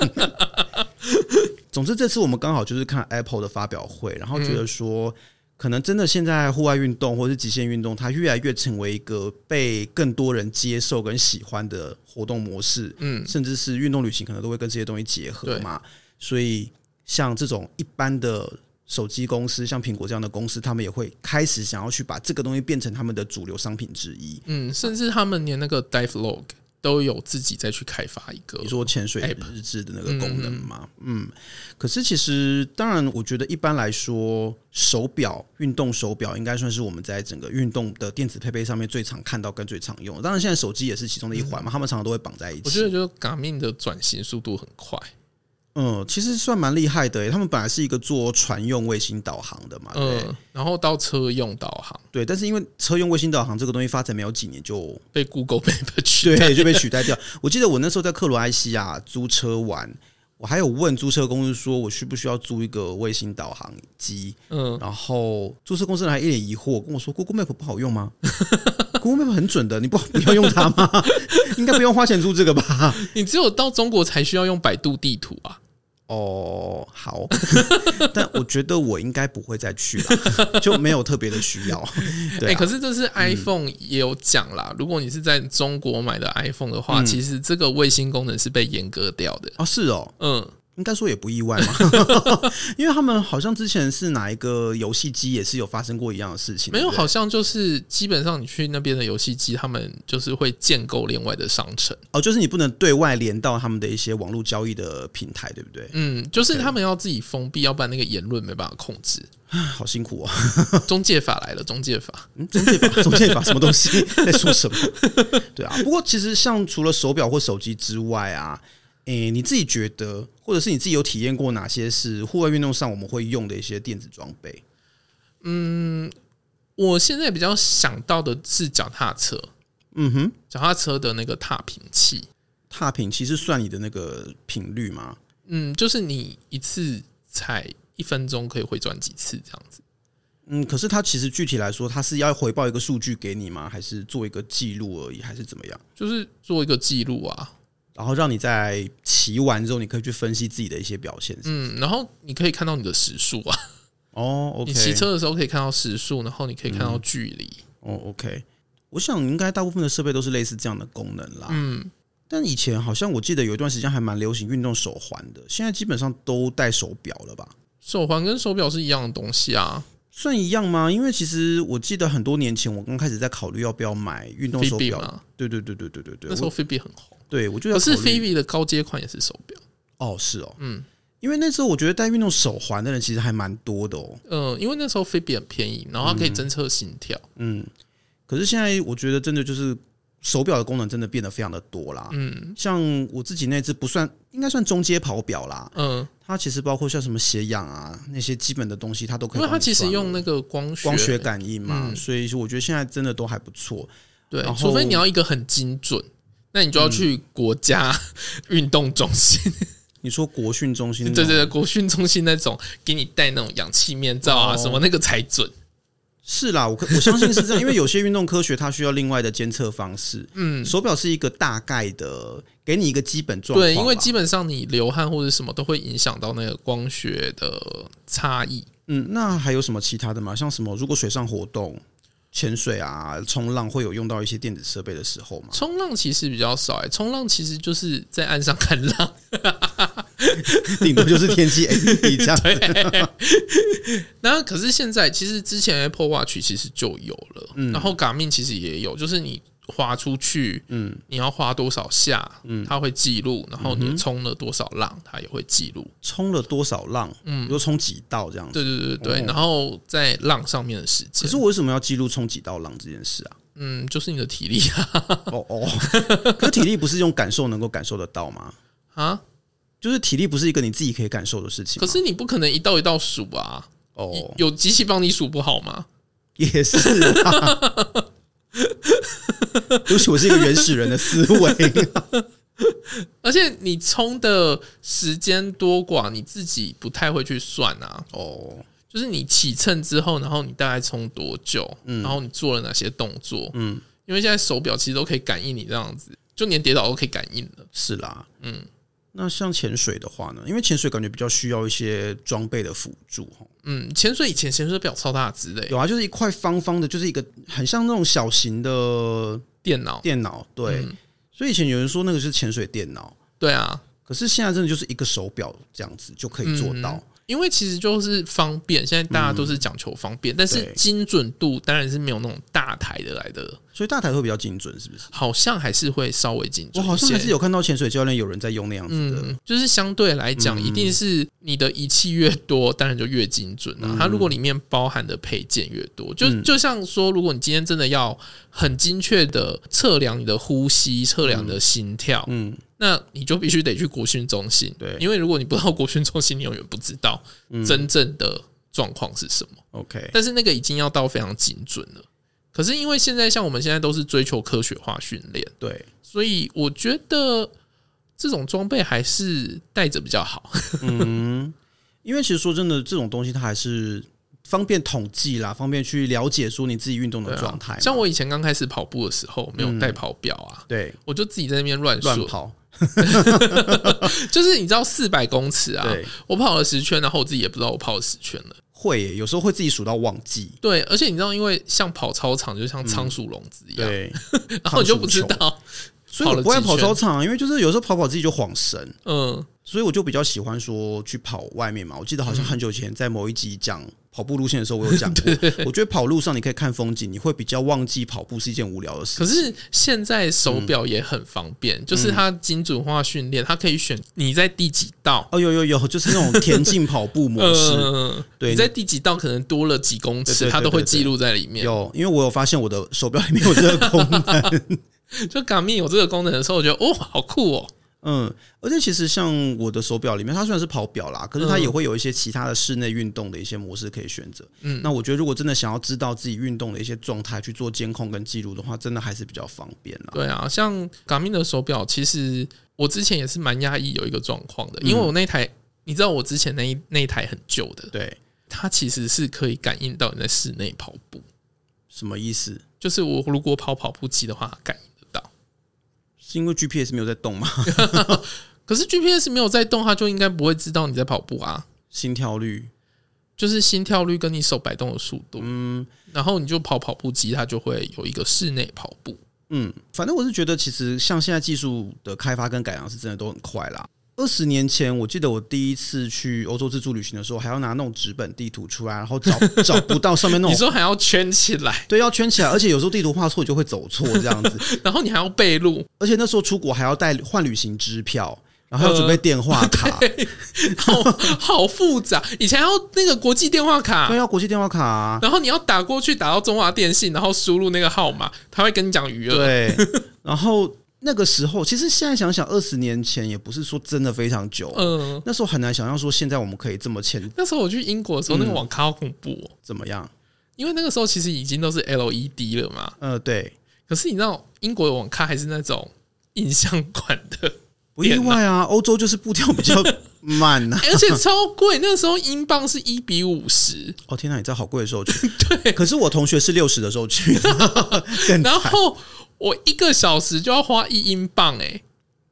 [SPEAKER 2] 总之，这次我们刚好就是看 Apple 的发表会，然后觉得说，可能真的现在户外运动或是极限运动，它越来越成为一个被更多人接受跟喜欢的活动模式，
[SPEAKER 1] 嗯，
[SPEAKER 2] 甚至是运动旅行可能都会跟这些东西结合
[SPEAKER 1] 对
[SPEAKER 2] 嘛。所以，像这种一般的手机公司，像苹果这样的公司，他们也会开始想要去把这个东西变成他们的主流商品之一。
[SPEAKER 1] 嗯，甚至他们连那个 Dive Log 都有自己再去开发一个。
[SPEAKER 2] 你说潜水
[SPEAKER 1] 呃 App
[SPEAKER 2] 日志的那个功能嘛，嗯，可是其实当然，我觉得一般来说，手表、运动手表应该算是我们在整个运动的电子配备上面最常看到跟最常用的。当然，现在手机也是其中的一环嘛，他们常常都会绑在一
[SPEAKER 1] 嗯我觉得
[SPEAKER 2] 起。
[SPEAKER 1] 就是 Garmin 的转型速度很快，
[SPEAKER 2] 嗯，其实算蛮厉害的耶。欸他们本来是一个做船用卫星导航的嘛，啊对、
[SPEAKER 1] 嗯，然后到车用导航
[SPEAKER 2] 对，但是因为车用卫星导航这个东西发展没有几年就
[SPEAKER 1] 被 Google Map 取代，
[SPEAKER 2] 对，就被取代掉。我记得我那时候在克罗埃西亚租车玩，我还有问租车公司说我需不需要租一个卫星导航机，
[SPEAKER 1] 嗯，
[SPEAKER 2] 然后租车公司人还一脸疑惑跟我说：“Google Map 不好用吗 ？Google Map 很准的，你不不要用它吗？ 应该不用花钱租这个吧
[SPEAKER 1] 你只有到中国才需要用百度地图啊，？”
[SPEAKER 2] 哦，好， 但我觉得我应该不会再去了，就没有特别的需要。对、
[SPEAKER 1] 哎、
[SPEAKER 2] 啊
[SPEAKER 1] 可是这是 iPhone 也有讲啦，如果你是在中国买的 iPhone 的
[SPEAKER 2] 嗯
[SPEAKER 1] 话，其实这个卫星功能是被阉割掉的。
[SPEAKER 2] 哦，是哦，
[SPEAKER 1] 嗯，
[SPEAKER 2] 应该说也不意外 嘛，因为他们好像之前是哪一个游戏机也是有发生过一样的事情，
[SPEAKER 1] 没有，
[SPEAKER 2] 对不对
[SPEAKER 1] 好像就是基本上你去那边的游戏机，他们就是会建构另外的商城。
[SPEAKER 2] 哦，就是你不能对外连到他们的一些网络交易的平台，对不对？
[SPEAKER 1] 嗯，就是他们要自己封闭，要不然那个言论没办法控 制。
[SPEAKER 2] 好辛苦哦，
[SPEAKER 1] 中介法来了，中介法。
[SPEAKER 2] 嗯中介法，中介法什么东西 在说什么？对啊，不过其实像除了手表或手机之外啊，诶、你自己觉得，或者是你自己有体验过哪些是户外运动上我们会用的一些电子装备？
[SPEAKER 1] 我现在比较想到的是脚踏车，
[SPEAKER 2] 嗯哼，
[SPEAKER 1] 脚踏车的那个踏频器。
[SPEAKER 2] 踏频其实算你的那个频率吗？
[SPEAKER 1] 嗯，就是你一次踩一分钟可以回转几次这样子。
[SPEAKER 2] 嗯，可是它其实具体来说，它是要回报一个数据给你吗？还是做一个记录而已，还是怎么样？
[SPEAKER 1] 就是做一个记录啊，
[SPEAKER 2] 然后让你在骑完之后，你可以去分析自己的一些表现。
[SPEAKER 1] 嗯，然后你可以看到你的时速啊，
[SPEAKER 2] 哦
[SPEAKER 1] 你
[SPEAKER 2] ，OK，
[SPEAKER 1] 骑车的时候可以看到时速，然后你可以看到距离，
[SPEAKER 2] 哦，OK，我想应该大部分的设备都是类似这样的功能啦。
[SPEAKER 1] 嗯，
[SPEAKER 2] 但以前好像我记得有一段时间还蛮流行运动手环的，现在基本上都戴手表了吧？
[SPEAKER 1] 手环跟手表是一样的东西啊，
[SPEAKER 2] 算一样吗？因为其实我记得很多年前我刚开始在考虑要不要买运动
[SPEAKER 1] 菲
[SPEAKER 2] 手
[SPEAKER 1] 比
[SPEAKER 2] 表，
[SPEAKER 1] 嘛，
[SPEAKER 2] 对对对对对对对，
[SPEAKER 1] 啊那时候
[SPEAKER 2] 我
[SPEAKER 1] 菲比很红，
[SPEAKER 2] 对我就要
[SPEAKER 1] 可是
[SPEAKER 2] 考虑
[SPEAKER 1] 菲比的高阶款也是手表，
[SPEAKER 2] 哦是哦，
[SPEAKER 1] 嗯
[SPEAKER 2] 因为那时候我觉得戴运动手环的人其实还蛮多的哦，
[SPEAKER 1] 嗯，因为那时候菲比很便宜，然后它可以侦测心跳，
[SPEAKER 2] 嗯，可是现在我觉得真的就是手表的功能真的变得非常的多啦，
[SPEAKER 1] 嗯
[SPEAKER 2] 像我自己那只不算，应该算中阶跑表啦，
[SPEAKER 1] 嗯，
[SPEAKER 2] 它其实包括像什么血氧啊那些基本的东西，它都可以
[SPEAKER 1] 因
[SPEAKER 2] 帮
[SPEAKER 1] 为
[SPEAKER 2] 你算
[SPEAKER 1] 它
[SPEAKER 2] 了。
[SPEAKER 1] 其实用那个光学，
[SPEAKER 2] 光学感应嘛，
[SPEAKER 1] 嗯
[SPEAKER 2] 所以我觉得现在真的都还不错。
[SPEAKER 1] 对，
[SPEAKER 2] 然后
[SPEAKER 1] 除非你要一个很精准，那你就要去国家 运动中心。
[SPEAKER 2] 你说国训中心那种，
[SPEAKER 1] 对对对，国训中心那种给你戴那种氧气面罩啊，
[SPEAKER 2] 哦
[SPEAKER 1] 什么那个才准。
[SPEAKER 2] 是啦，我可我相信是 这样，因为有些运动科学它需要另外的监测方式，
[SPEAKER 1] 嗯，
[SPEAKER 2] 手表是一个大概的，给你一个基本状况啦。
[SPEAKER 1] 对，因为基本上你流汗或者什么都会影响到那个光学的差异。
[SPEAKER 2] 嗯，那还有什么其他的吗？像什么如果水上活动、潜水啊、冲浪会有用到一些电子设备的时候 吗？
[SPEAKER 1] 冲浪其实比较少哎、冲浪其实就是在岸上看浪。
[SPEAKER 2] 顶多就是天气 APP 这样。
[SPEAKER 1] 然后可是现在其实之前 Apple Watch 其实就有了，
[SPEAKER 2] 嗯
[SPEAKER 1] 然后 Garmin 其实也有，就是你滑出去，嗯，你要滑多少下，嗯，它会记录，然
[SPEAKER 2] 嗯
[SPEAKER 1] 后你冲了多少浪，它也会记录。
[SPEAKER 2] 冲了多少浪？嗯，又冲几道这样子。
[SPEAKER 1] 对对对对，
[SPEAKER 2] 哦
[SPEAKER 1] 对然后在浪上面的时
[SPEAKER 2] 可
[SPEAKER 1] 间
[SPEAKER 2] 是。我为什么要记录冲几道浪这件事 啊？
[SPEAKER 1] 嗯，就是你的体力啊
[SPEAKER 2] 哦哦，可是体力不是用感受能够感受得到吗？
[SPEAKER 1] 啊！
[SPEAKER 2] 就是体力不是一个你自己可以感受的事情吗。
[SPEAKER 1] 可是你不可能一道一道数啊，
[SPEAKER 2] 啊哦，
[SPEAKER 1] 有机器帮你数不好吗？
[SPEAKER 2] 也是啊。 对不起，我是一个原始人的思维。
[SPEAKER 1] 而且你冲的时间多寡，你自己不太会去算啊。
[SPEAKER 2] 哦，
[SPEAKER 1] 就是你起秤之后，然后你大概冲多久，然后你做了哪些动作，
[SPEAKER 2] 嗯，
[SPEAKER 1] 因为现在手表其实都可以感应你这样子，就连跌倒都可以感应了。
[SPEAKER 2] 是啦。
[SPEAKER 1] 嗯
[SPEAKER 2] 那像潜水的话呢？因为潜水感觉比较需要一些装备的辅助哦
[SPEAKER 1] 嗯，潜水以前潜水表超大只的、欸
[SPEAKER 2] 有啊，就是一块方方的，就是一个很像那种小型的
[SPEAKER 1] 电脑，
[SPEAKER 2] 电脑。对，
[SPEAKER 1] 嗯
[SPEAKER 2] 所以以前有人说那个是潜水电脑，
[SPEAKER 1] 对啊，
[SPEAKER 2] 可是现在真的就是一个手表这样子就可以做到。
[SPEAKER 1] 因为其实就是方便，现在大家都是讲求方便，但是
[SPEAKER 2] 嗯对
[SPEAKER 1] 精准度当然是没有那种大台的来的，
[SPEAKER 2] 所以大台会比较精准，是不是？
[SPEAKER 1] 好像还是会稍微精
[SPEAKER 2] 我
[SPEAKER 1] 准一些。
[SPEAKER 2] 好像还是有看到潜水教练有人在用那样子的，嗯
[SPEAKER 1] 嗯，就是相对来讲，一定是你的仪器越多，当然就越精准
[SPEAKER 2] 嗯
[SPEAKER 1] 啊。它如果里面包含的配件越多，就就像说，如果你今天真的要很精确的测量你的呼吸、测量你的心跳，
[SPEAKER 2] 嗯，
[SPEAKER 1] 那你就必须得去国训中心。
[SPEAKER 2] 对嗯
[SPEAKER 1] 因为如果你不到国训中心，你永远不知道真正的状况是什么。
[SPEAKER 2] OK，
[SPEAKER 1] 但是那个已经要到非常精准了。可是因为现在像我们现在都是追求科学化训练。
[SPEAKER 2] 对，
[SPEAKER 1] 所以我觉得这种装备还是带着比较好。
[SPEAKER 2] 因为其实说真的，这种东西它还是方便统计啦，方便去了解说你自己运动的状态
[SPEAKER 1] 啊
[SPEAKER 2] 嘛。
[SPEAKER 1] 像我以前刚开始跑步的时候，没有带跑表啊，
[SPEAKER 2] 对
[SPEAKER 1] 我就自己在那边乱
[SPEAKER 2] 嗯乱
[SPEAKER 1] 说，
[SPEAKER 2] 跑，
[SPEAKER 1] 就是你知道四百公尺啊，
[SPEAKER 2] 对，
[SPEAKER 1] 我跑了十圈，然后我自己也不知道我跑了十圈了。
[SPEAKER 2] 会耶有时候会自己数到忘记。
[SPEAKER 1] 对，而且你知道，因为像跑操场就像仓鼠笼子一样，
[SPEAKER 2] 嗯对，
[SPEAKER 1] 然后你就不知道，
[SPEAKER 2] 所以我不
[SPEAKER 1] 跑
[SPEAKER 2] 爱
[SPEAKER 1] 了几
[SPEAKER 2] 跑
[SPEAKER 1] 圈
[SPEAKER 2] 操场啊，因为就是有时候跑跑自己就晃神，
[SPEAKER 1] 嗯，
[SPEAKER 2] 所以我就比较喜欢说去跑外面嘛。我记得好像很久以前在某一集讲跑步路线的时候，我有讲 过，我觉得跑路上你可以看风景，你会比较忘记跑步是一件无聊的事。
[SPEAKER 1] 可是现在手表也很方便，
[SPEAKER 2] 嗯
[SPEAKER 1] 就是它精准化训练，它可以选你在第几道，
[SPEAKER 2] 哦，有有有，就是那种田径跑步模 式，
[SPEAKER 1] 嗯，
[SPEAKER 2] 对
[SPEAKER 1] 你在第几道可能多了几公
[SPEAKER 2] 对对
[SPEAKER 1] 尺，
[SPEAKER 2] 对
[SPEAKER 1] 它都
[SPEAKER 2] 对
[SPEAKER 1] 会
[SPEAKER 2] 对
[SPEAKER 1] 记录在里面。
[SPEAKER 2] 有，因为我有发现我的手表里面有这个功能。
[SPEAKER 1] 就 Garmin 有这个功能的时候，我觉得哦，好酷哦。
[SPEAKER 2] 嗯，而且其实像我的手表里面，它虽然是跑表啦，可是它也会有一些其他的室内运动的一些模式可以选择。嗯，那我觉得如果真的想要知道自己运动的一些状态，去做监控跟记录的话，真的还是比较方便啦。
[SPEAKER 1] 对啊，像 Garmin 的手表，其实我之前也是蛮压抑有一个状况的，因为我那台，你知道我之前那一那一台很旧的，
[SPEAKER 2] 对，
[SPEAKER 1] 它其实是可以感应到你在室内跑步，
[SPEAKER 2] 什么意思？
[SPEAKER 1] 就是我如果跑跑步机的话，它感应得到。
[SPEAKER 2] 是因为 GPS 没有在动吗？
[SPEAKER 1] 可是 GPS 没有在动，它就应该不会知道你在跑步啊。
[SPEAKER 2] 心跳率？
[SPEAKER 1] 就是心跳率跟你手摆动的速度，嗯，然后你就跑跑步机，它就会有一个室内跑步。
[SPEAKER 2] 嗯，反正我是觉得，其实像现在技术的开发跟改良是真的都很快啦。二十年前，我记得我第一次去欧洲自助旅行的时候，还要拿那种纸本地图出来，然后找 找不到上面那
[SPEAKER 1] 你
[SPEAKER 2] 种。
[SPEAKER 1] 说还要圈起来，
[SPEAKER 2] 对，要圈起来，而且有时候地图画错，你就会走错这样 子。
[SPEAKER 1] 然后你还要背路，
[SPEAKER 2] 而且那时候出国还要带换旅行支票，然后要
[SPEAKER 1] 呃
[SPEAKER 2] 准备电话卡，
[SPEAKER 1] 好好复杂。以前还要那个国际电话卡
[SPEAKER 2] 对，，要国际电话卡、 啊。
[SPEAKER 1] 然后你要打过去，打到中华电信，然后输入那个号码，他会跟你讲余额。
[SPEAKER 2] 对，然后那个时候，其实现在想想，二十年前也不是说真的非常久，
[SPEAKER 1] 嗯，
[SPEAKER 2] 那时候很难想象说现在我们可以这么前
[SPEAKER 1] 那时候我去英国的时候，那个
[SPEAKER 2] 嗯
[SPEAKER 1] 网咖好恐怖哦，
[SPEAKER 2] 怎么样？
[SPEAKER 1] 因为那个时候其实已经都是 LED 了嘛。
[SPEAKER 2] 呃，对，
[SPEAKER 1] 可是你知道，英国的网咖还是那种印象馆的，
[SPEAKER 2] 不意
[SPEAKER 1] 电
[SPEAKER 2] 外啊，欧洲就是步调比较慢 呐、
[SPEAKER 1] 而且超贵。那个时候英镑是一比五十，
[SPEAKER 2] 哦天哪，你在好贵的时 候去，对，可是我同学是六十的时候去，更
[SPEAKER 1] 然
[SPEAKER 2] 惨
[SPEAKER 1] 后我一个小时就要花一英镑，哎，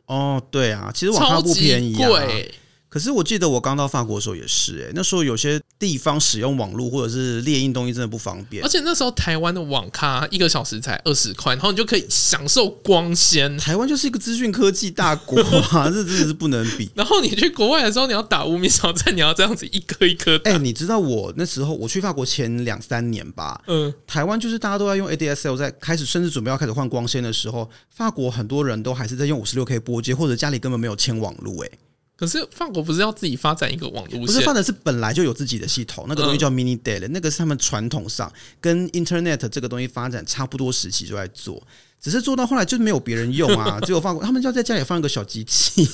[SPEAKER 2] 哦，对啊，其实网咖
[SPEAKER 1] 超
[SPEAKER 2] 不
[SPEAKER 1] 级
[SPEAKER 2] 便宜啊，
[SPEAKER 1] 贵。
[SPEAKER 2] 可是我记得我刚到法国的时候也是、欸，那时候有些地方使用网络或者是猎鹰东西真的不方便
[SPEAKER 1] 而。且那时候台湾的网咖一个小时才二十块，然后你就可以享受光纤。
[SPEAKER 2] 台湾就是一个资讯科技大国啊，这真的是不能比。
[SPEAKER 1] 然后你去国外的时候，你要打无名小站，你要这样子一颗一颗打。
[SPEAKER 2] 哎、你知道我那时候我去法国前两三年吧，
[SPEAKER 1] 嗯，
[SPEAKER 2] 台湾就是大家都在用 ADSL，在开始甚至准备要开始换光纤的时候，法国很多人都还是在用五十六 K 波接，或者家里根本没有牵网路、欸。
[SPEAKER 1] 可是法国不是要自己发展一个网路
[SPEAKER 2] 不是
[SPEAKER 1] 线？
[SPEAKER 2] 发展是本来就有自己的系统，那个东西叫
[SPEAKER 1] 嗯
[SPEAKER 2] mini d a t a 那个是他们传统上跟 Internet 这个东西发展差不多时期就在做，只是做到后来就没有别人用 啊，只有放他们就要在家里放一个小机器，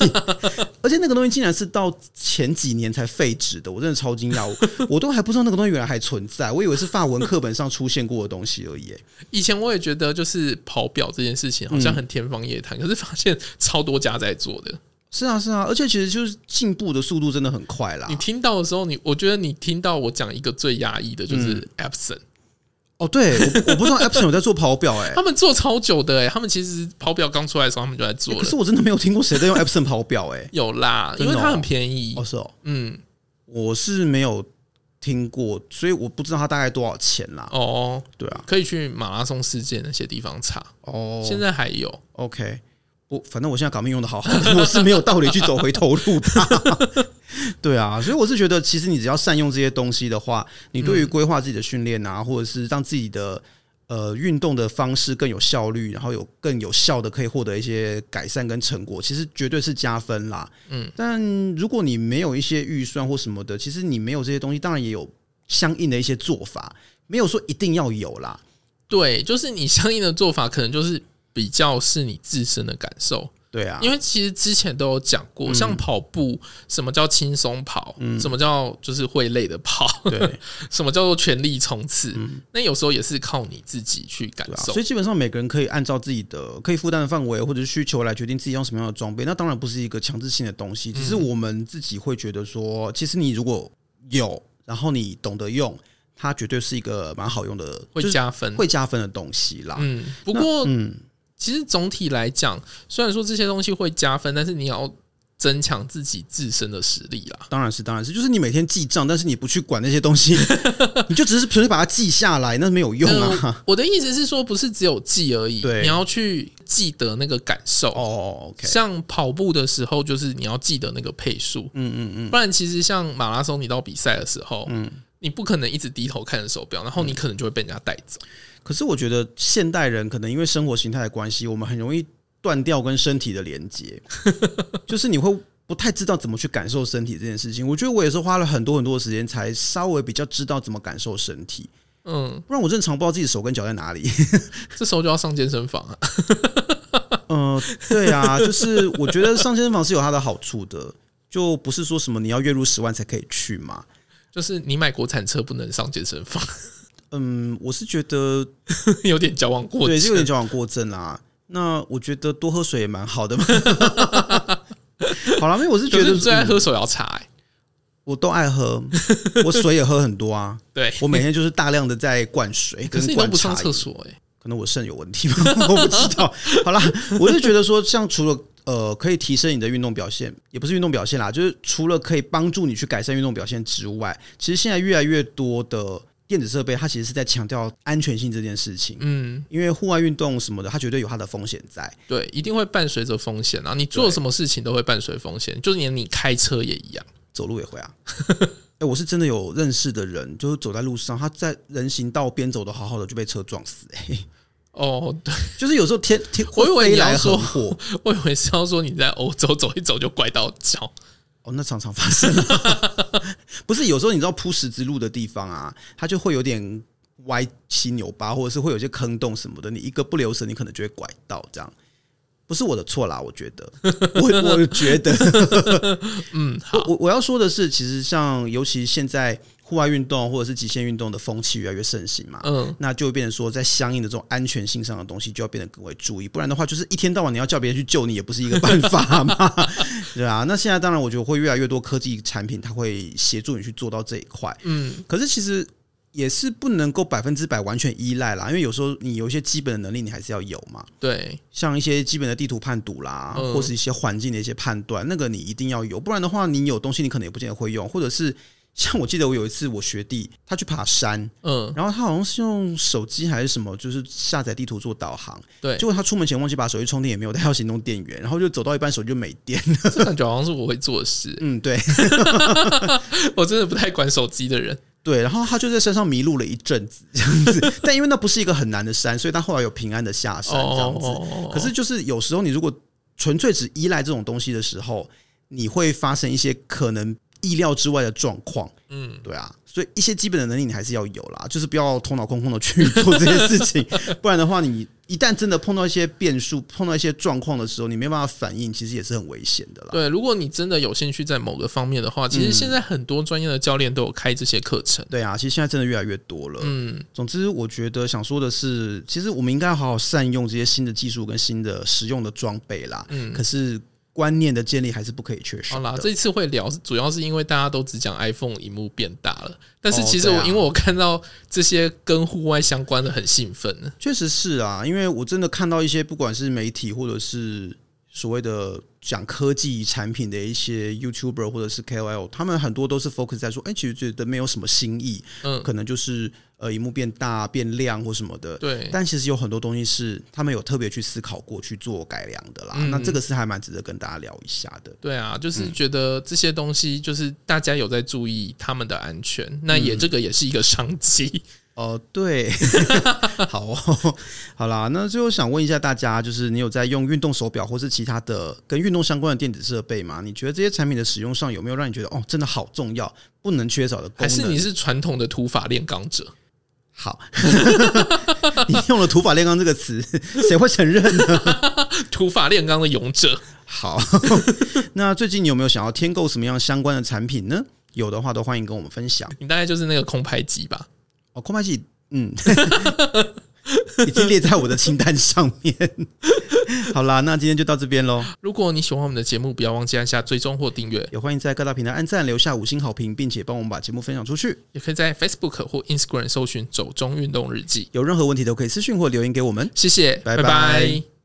[SPEAKER 2] 而且那个东西竟然是到前几年才废止的，我真的超惊讶，我 我都还不知道那个东西原来还存在，我以为是法文课本上出现过的东西而已、欸
[SPEAKER 1] 以前我也觉得就是跑表这件事情好像很天方夜
[SPEAKER 2] 嗯
[SPEAKER 1] 谭，可是发现超多家在做的。
[SPEAKER 2] 是啊，是啊，而且其实就是进步的速度真的很快啦
[SPEAKER 1] 你。听到的时候，你我觉得你听到我讲一个最压抑的就是
[SPEAKER 2] 嗯
[SPEAKER 1] Epson，、
[SPEAKER 2] 哦，对，我我不知道 Epson 有在做跑表哎、欸
[SPEAKER 1] 他们做超久的哎、欸，他们其实跑表刚出来的时候，他们就在做
[SPEAKER 2] 欸可
[SPEAKER 1] 了。
[SPEAKER 2] 是我真的没有听过谁在用 Epson 跑表哎、欸
[SPEAKER 1] 有啦，因为
[SPEAKER 2] 真的哦
[SPEAKER 1] 它很便宜。
[SPEAKER 2] 哦是哦。
[SPEAKER 1] 嗯，
[SPEAKER 2] 我是没有听过，所以我不知道它大概多少钱啦。
[SPEAKER 1] 哦，
[SPEAKER 2] 对啊，
[SPEAKER 1] 可以去马拉松世界那些地方查，
[SPEAKER 2] 哦
[SPEAKER 1] 现在还有。
[SPEAKER 2] ，OK，我反正我现在搞命用的好好的，我是没有道理去走回头路的。 对啊，所以我是觉得，其实你只要善用这些东西的话，你对于规划自己的训练啊，或者是让自己的呃运动的方式更有效率，然后有更有效的可以获得一些改善跟成果，其实绝对是加分啦。嗯，但如果你没有一些预算或什么的，其实你没有这些东西，当然也有相应的一些做法，没有说一定要有啦。
[SPEAKER 1] 对，就是你相应的做法，可能就是比较是你自身的感受。
[SPEAKER 2] 对啊，嗯
[SPEAKER 1] 因为其实之前都有讲过，像跑步，什么叫轻松跑，什么叫就是会累的跑，
[SPEAKER 2] 对嗯
[SPEAKER 1] 什么叫做全力冲刺，那有时候也是靠你自己去感
[SPEAKER 2] 对啊，
[SPEAKER 1] 受
[SPEAKER 2] 所。以基本上每个人可以按照自己的可以负担的范围或者是需求来决定自己用什么样的装备。那当然不是一个强制性的东
[SPEAKER 1] 嗯
[SPEAKER 2] 西，只是我们自己会觉得说，其实你如果有，然后你懂得用，它绝对是一个蛮好用的，
[SPEAKER 1] 会
[SPEAKER 2] 就是
[SPEAKER 1] 加分，
[SPEAKER 2] 会加分的东西啦。
[SPEAKER 1] 嗯，不
[SPEAKER 2] 那
[SPEAKER 1] 过
[SPEAKER 2] 嗯，
[SPEAKER 1] 其实总体来讲，虽然说这些东西会加分，但是你要增强自己自身的实力啦。
[SPEAKER 2] 当然是，当然是，就是你每天记账，但是你不去管那些东西， 你就只是纯粹把它记下来，那没有用啊。
[SPEAKER 1] 呃我的意思是说，不是只有记而已，
[SPEAKER 2] 对
[SPEAKER 1] 你要去记得那个感受。
[SPEAKER 2] 哦，OK，
[SPEAKER 1] 像跑步的时候，就是你要记得那个配速，
[SPEAKER 2] 嗯嗯嗯，
[SPEAKER 1] 不然其实像马拉松，你到比赛的时候，嗯，你不可能一直低头看着手表，然
[SPEAKER 2] 嗯
[SPEAKER 1] 后你可能就会被人家带走。
[SPEAKER 2] 可是我觉得现代人可能因为生活形态的关系，我们很容易断掉跟身体的连接， 就是你会不太知道怎么去感受身体这件事情。我觉得我也是花了很多很多的时间，才稍微比较知道怎么感受身体，
[SPEAKER 1] 嗯，
[SPEAKER 2] 不然我正常不知道自己手跟脚在哪里。
[SPEAKER 1] 这时候就要上健身房啊。
[SPEAKER 2] 嗯，对啊，就是我觉得上健身房是有它的好处的，就不是说什么你要月入十万才可以去嘛。
[SPEAKER 1] 就是你买国产车不能上健身房，
[SPEAKER 2] 嗯，我是觉得
[SPEAKER 1] 有点矫枉过
[SPEAKER 2] 对，就有
[SPEAKER 1] 正
[SPEAKER 2] 点。矫枉过正啦。那我觉得多喝水也蛮 好的嘛。好啦，因为我是觉
[SPEAKER 1] 就
[SPEAKER 2] 得
[SPEAKER 1] 是最爱
[SPEAKER 2] 嗯
[SPEAKER 1] 喝手摇茶、欸，
[SPEAKER 2] 我都爱喝，我水也喝很多啊，
[SPEAKER 1] 对。
[SPEAKER 2] 我每天就是大量的在灌水，
[SPEAKER 1] 可是你都
[SPEAKER 2] 跟灌
[SPEAKER 1] 不
[SPEAKER 2] 茶
[SPEAKER 1] 上
[SPEAKER 2] 饮。
[SPEAKER 1] 厕所哎、
[SPEAKER 2] 可能我肾有问题吧，我不知道。好啦，我是觉得说，像除了呃可以提升你的运动表现，也不是运动表现啦，就是除了可以帮助你去改善运动表现之外，其实现在越来越多的电子设备，它其实是在强调安全性这件事情。
[SPEAKER 1] 嗯，
[SPEAKER 2] 因为户外运动什么的，它绝对有它的风险在。
[SPEAKER 1] 对，一定会伴随着风险啊！你做
[SPEAKER 2] 对
[SPEAKER 1] 什么事情都会伴随风险，就连你开车也一样。
[SPEAKER 2] 走路也会啊。 哎、我是真的有认识的人，就是走在路上，他在人行道边走的好好的就被车撞死、哎，
[SPEAKER 1] 哦，对，
[SPEAKER 2] 就是有时候天天
[SPEAKER 1] 我以为
[SPEAKER 2] 会飞
[SPEAKER 1] 你要
[SPEAKER 2] 来
[SPEAKER 1] 说
[SPEAKER 2] 横祸，
[SPEAKER 1] 我以为是要说你在欧洲走一走就拐到脚，
[SPEAKER 2] 哦，那常常发生、 啊。不是有时候你知道铺十字路的地方啊，它就会有点歪七扭八，或者是会有些坑洞什么的，你一个不留神，你可能就会拐到这样。不是我的错啦，我觉得，我我觉得，
[SPEAKER 1] 嗯，
[SPEAKER 2] 我
[SPEAKER 1] 好，
[SPEAKER 2] 我我要说的是，其实像尤其现在户外运动或者是极限运动的风气越来越盛行嘛，
[SPEAKER 1] 嗯，
[SPEAKER 2] 那就会变成说，在相应的这种安全性上的东西，就要变得更为注意，不然的话，就是一天到晚你要叫别人去救你，也不是一个办法嘛，对啊。那现在当然，我觉得会越来越多科技产品，它会协助你去做到这一块，
[SPEAKER 1] 嗯，
[SPEAKER 2] 可是其实也是不能够百分之百完全依赖啦，因为有时候你有一些基本的能力，你还是要有嘛。
[SPEAKER 1] 对，
[SPEAKER 2] 像一些基本的地图判读啦，
[SPEAKER 1] 嗯
[SPEAKER 2] 或是一些环境的一些判断，那个你一定要有，不然的话，你有东西你可能也不见得会用，或者是像我记得我有一次我学弟他去爬山，
[SPEAKER 1] 嗯，
[SPEAKER 2] 然后他好像是用手机还是什么，就是下载地图做导航，
[SPEAKER 1] 对
[SPEAKER 2] 结，果他出门前忘记把手机充电，也没有带到行动电源，然后就走到一半手机就没电，
[SPEAKER 1] 这感觉好像是我会做的事，
[SPEAKER 2] 嗯，对
[SPEAKER 1] 我真的不太管手机的人。
[SPEAKER 2] 对，然后他就在山上迷路了一阵子这样子， 但因为那不是一个很难的山，所以他后来有平安的下山啊这样子，
[SPEAKER 1] 哦
[SPEAKER 2] 可是就是有时候你如果纯粹只依赖这种东西的时候，你会发生一些可能意料之外的状况。
[SPEAKER 1] 嗯，
[SPEAKER 2] 对啊，所以一些基本的能力你还是要有啦，就是不要头脑空空的去做这些事 情，不然的话，你一旦真的碰到一些变数、碰到一些状况的时候，你没办法反应，其实也是很危险的啦。
[SPEAKER 1] 对，如果你真的有兴趣在某个方面的话，其
[SPEAKER 2] 嗯
[SPEAKER 1] 实现在很多专业的教练都有开这些课程。
[SPEAKER 2] 对啊，其实现在真的越来越多了。
[SPEAKER 1] 嗯，
[SPEAKER 2] 总之，我觉得想说的是，其实我们应该好好善用这些新的技术跟新的实用的装备啦。
[SPEAKER 1] 嗯
[SPEAKER 2] 可是观念的建立还是不可以缺少
[SPEAKER 1] 好
[SPEAKER 2] 的。
[SPEAKER 1] 啦，这一次会聊，主要是因为大家都只讲 iPhone 荧幕变大了，但是
[SPEAKER 2] 哦
[SPEAKER 1] 其实我、
[SPEAKER 2] 对啊
[SPEAKER 1] 因为我看到这些跟户外相关的很兴奋，
[SPEAKER 2] 确实是啊，因为我真的看到一些不管是媒体或者是所谓的讲科技产品的一些 YouTuber 或者是 KOL，他们很多都是 focus 在说，哎、其实觉得没有什么新意，
[SPEAKER 1] 嗯
[SPEAKER 2] 可能就是呃荧幕变大、变亮或什么的。
[SPEAKER 1] 对，
[SPEAKER 2] 呃但其实有很多东西是他们有特别去思考过去做改良的啦。
[SPEAKER 1] 嗯
[SPEAKER 2] 那这个是还蛮值得跟大家聊一下的。
[SPEAKER 1] 对啊，
[SPEAKER 2] 嗯
[SPEAKER 1] 就是觉得这些东西，就是大家有在注意他们的安全，
[SPEAKER 2] 嗯
[SPEAKER 1] 那也这个也是一个商机。
[SPEAKER 2] 哦，对， 好哦，好啦，那最后想问一下大家，就是你有在用运动手表或是其他的跟运动相关的电子设备吗？你觉得这些产品的使用上有没有让你觉得哦，真的好重要，不能缺少的
[SPEAKER 1] 还
[SPEAKER 2] 功能？
[SPEAKER 1] 是你是传统的土法炼钢者？
[SPEAKER 2] 好， 你用了“土法炼钢”这个词，谁会承认呢？
[SPEAKER 1] 土法炼钢的勇者？
[SPEAKER 2] 好，那最近你有没有想要添购什么样相关的产品呢？有的话都欢迎跟我们分享。
[SPEAKER 1] 你大概就是那个空拍机吧？
[SPEAKER 2] 哦，空白机，嗯， 已经列在我的清单上面。 好啦，那今天就到这边喽。
[SPEAKER 1] 如果你喜欢我们的节目，不要忘记按下追踪或订阅，
[SPEAKER 2] 也欢迎在各大平台按赞、留下五星好评，并且帮我们把节目分享出去。
[SPEAKER 1] 也可以在 Facebook 或 Instagram 搜寻“走中运动日记
[SPEAKER 2] 有任何问题都可以私讯或留言给我们”。。
[SPEAKER 1] 谢谢，
[SPEAKER 2] 拜拜
[SPEAKER 1] 拜